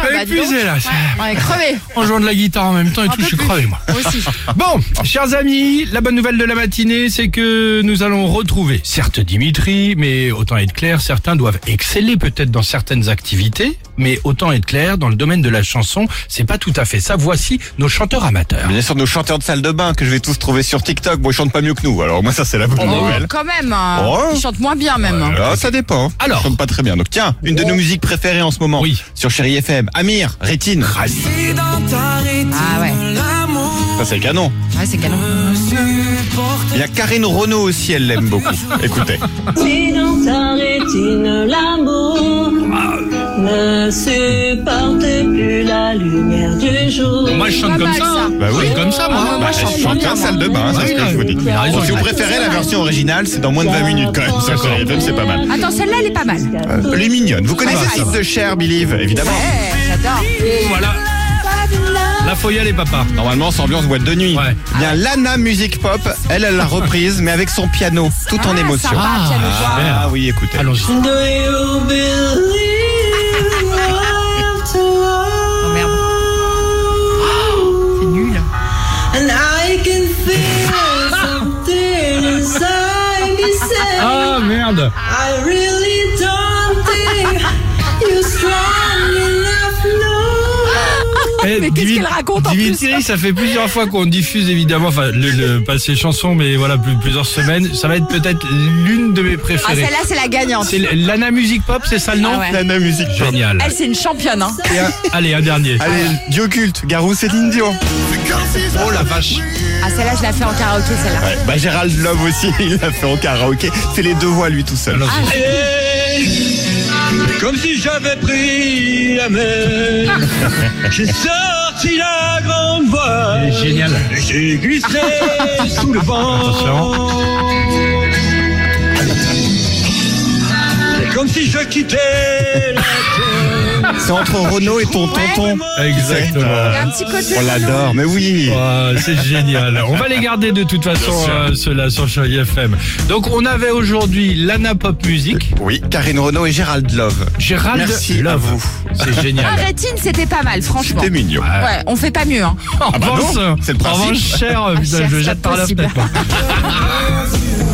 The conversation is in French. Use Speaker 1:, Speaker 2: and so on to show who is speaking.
Speaker 1: Ah bah, dis donc.
Speaker 2: épuisé là.
Speaker 1: Ouais, on est crevé.
Speaker 2: En jouant de la guitare en même temps et
Speaker 1: Un
Speaker 2: tout,
Speaker 1: peu
Speaker 2: je suis
Speaker 1: plus.
Speaker 2: crevé moi.
Speaker 1: Moi aussi.
Speaker 2: Bon, chers amis, la bonne nouvelle de la matinée, c'est que nous allons retrouver, certes Dimitri, mais autant être clair, certains doivent exceller peut-être dans certaines activités, mais autant être clair, dans le domaine de la chanson, c'est pas tout à fait ça. Voici nos chanteurs amateurs.
Speaker 3: Bien sûr, nos chanteurs de salle de bain que je vais tous trouver sur TikTok. Bon, ils chantent pas mieux que nous. Alors, moi, ça, c'est la bonne
Speaker 1: Oh,
Speaker 3: nouvelle.
Speaker 1: quand même. hein.
Speaker 3: Ah Oh.
Speaker 1: Il chante moins bien même. hein.
Speaker 3: Ah, ça dépend.
Speaker 2: Alors.
Speaker 3: Ils chantent pas très bien. Donc, tiens, une de nos musiques préférées en ce moment.
Speaker 2: Oui.
Speaker 3: Sur Chéri FM. Amir, Rétine.
Speaker 4: Si dans ta rétine,
Speaker 1: Ah ouais. Ah
Speaker 3: Ça, c'est canon.
Speaker 1: Ouais, c'est canon.
Speaker 3: Il y a Karine Renaud aussi, elle l'aime beaucoup. Écoutez.
Speaker 5: Si dans ta rétine l'amour ne supporte plus la lumière du jour.
Speaker 2: Moi,
Speaker 1: Pas
Speaker 2: je chante comme
Speaker 1: mal,
Speaker 2: ça.
Speaker 1: ça.
Speaker 2: hein.
Speaker 3: Bah
Speaker 2: Je
Speaker 3: oui.
Speaker 2: chante comme ça,
Speaker 1: Ah,
Speaker 2: moi. hein.
Speaker 1: moi,
Speaker 3: Bah,
Speaker 1: je chante
Speaker 3: elle chante
Speaker 1: bien,
Speaker 3: en
Speaker 1: moi.
Speaker 3: salle de bain, hein,
Speaker 2: Ouais,
Speaker 3: c'est ce
Speaker 2: il
Speaker 3: que
Speaker 2: a-
Speaker 3: je vous dis.
Speaker 2: il a raison,
Speaker 3: Bon, si
Speaker 2: il
Speaker 3: vous
Speaker 2: a-
Speaker 3: préférez la version originale, c'est dans moins de 20 minutes quand même. Sur Chéri FM, c'est pas mal.
Speaker 1: Attends, celle-là, elle est pas mal.
Speaker 3: Euh, Elle est mignonne. Vous connaissez
Speaker 1: Ah,
Speaker 3: Six de Cher, Believe, évidemment.
Speaker 1: Ouais, j'adore.
Speaker 2: Oh, voilà. La foyale et papa.
Speaker 3: Normalement, c'est ambiance boîte de nuit. Eh
Speaker 2: Ouais.
Speaker 3: Bien, Lana Music Pop, elle, elle l'a reprise, mais avec son piano, tout en
Speaker 1: Ah,
Speaker 3: émotion.
Speaker 1: ça va, piano voix.
Speaker 3: Ah oui, écoutez.
Speaker 2: Allons-y.
Speaker 5: Do
Speaker 2: Oh,
Speaker 5: you believe after all?
Speaker 1: Oh, merde. C'est nul.
Speaker 5: And I can feel something inside me say
Speaker 2: Ah merde
Speaker 5: I really don't think you're strong enough now.
Speaker 2: Eh,
Speaker 1: Mais qu'est-ce
Speaker 2: Divi-
Speaker 1: qu'elle raconte en hein
Speaker 2: Dimitri, ça fait plusieurs fois qu'on diffuse évidemment, enfin, le, le passé chanson, mais voilà, plus, plusieurs semaines. Ça va être peut-être l'une de mes
Speaker 1: Ah,
Speaker 2: préférées.
Speaker 1: celle-là, c'est la gagnante.
Speaker 2: c'est l- Lana Music Pop, c'est ça le nom
Speaker 1: Ah ouais.
Speaker 3: Lana Music Pop.
Speaker 2: Génial.
Speaker 1: Elle, c'est une championne. Hein.
Speaker 3: Et un-
Speaker 2: Allez, un dernier.
Speaker 3: Allez, Dieu culte, Garou Céline Dion.
Speaker 2: Oh la vache.
Speaker 1: Ah, celle-là, je la fais en karaoké, celle-là.
Speaker 3: Ouais, bah Gérald Love aussi, il l'a fait en karaoké. C'est les deux voix lui tout seul.
Speaker 2: Alors, c'est-
Speaker 4: comme si j'avais pris la mer. J'ai sorti la grande
Speaker 2: elle est
Speaker 4: voile.
Speaker 2: géniale.
Speaker 4: J'ai glissé sous le vent.
Speaker 2: Attention.
Speaker 4: C'est comme si je quittais la
Speaker 3: C'est entre Renaud et ton tonton.
Speaker 2: Exactement.
Speaker 1: Il y a un petit côté.
Speaker 3: On l'adore, mais oui.
Speaker 2: Ah, c'est génial. On va les garder de toute façon, euh, ceux-là, sur Chérie FM. Donc, on avait aujourd'hui Lana Pop Music,
Speaker 3: Oui, Karine Renaud et Gérald Love.
Speaker 2: Gérald
Speaker 3: Merci à
Speaker 2: Love.
Speaker 3: vous.
Speaker 2: C'est
Speaker 1: Ah,
Speaker 2: génial.
Speaker 1: Rétine, c'était pas mal, franchement.
Speaker 3: C'était mignon.
Speaker 1: Ouais, on fait pas mieux. Hein.
Speaker 2: En
Speaker 3: bah non,
Speaker 2: revanche,
Speaker 3: c'est le
Speaker 2: En
Speaker 3: principe.
Speaker 2: revanche, cher, putain,
Speaker 1: Ah, cher,
Speaker 2: je le
Speaker 1: c'est
Speaker 2: jette
Speaker 1: pas
Speaker 2: par la
Speaker 1: possible.
Speaker 2: fenêtre. moi.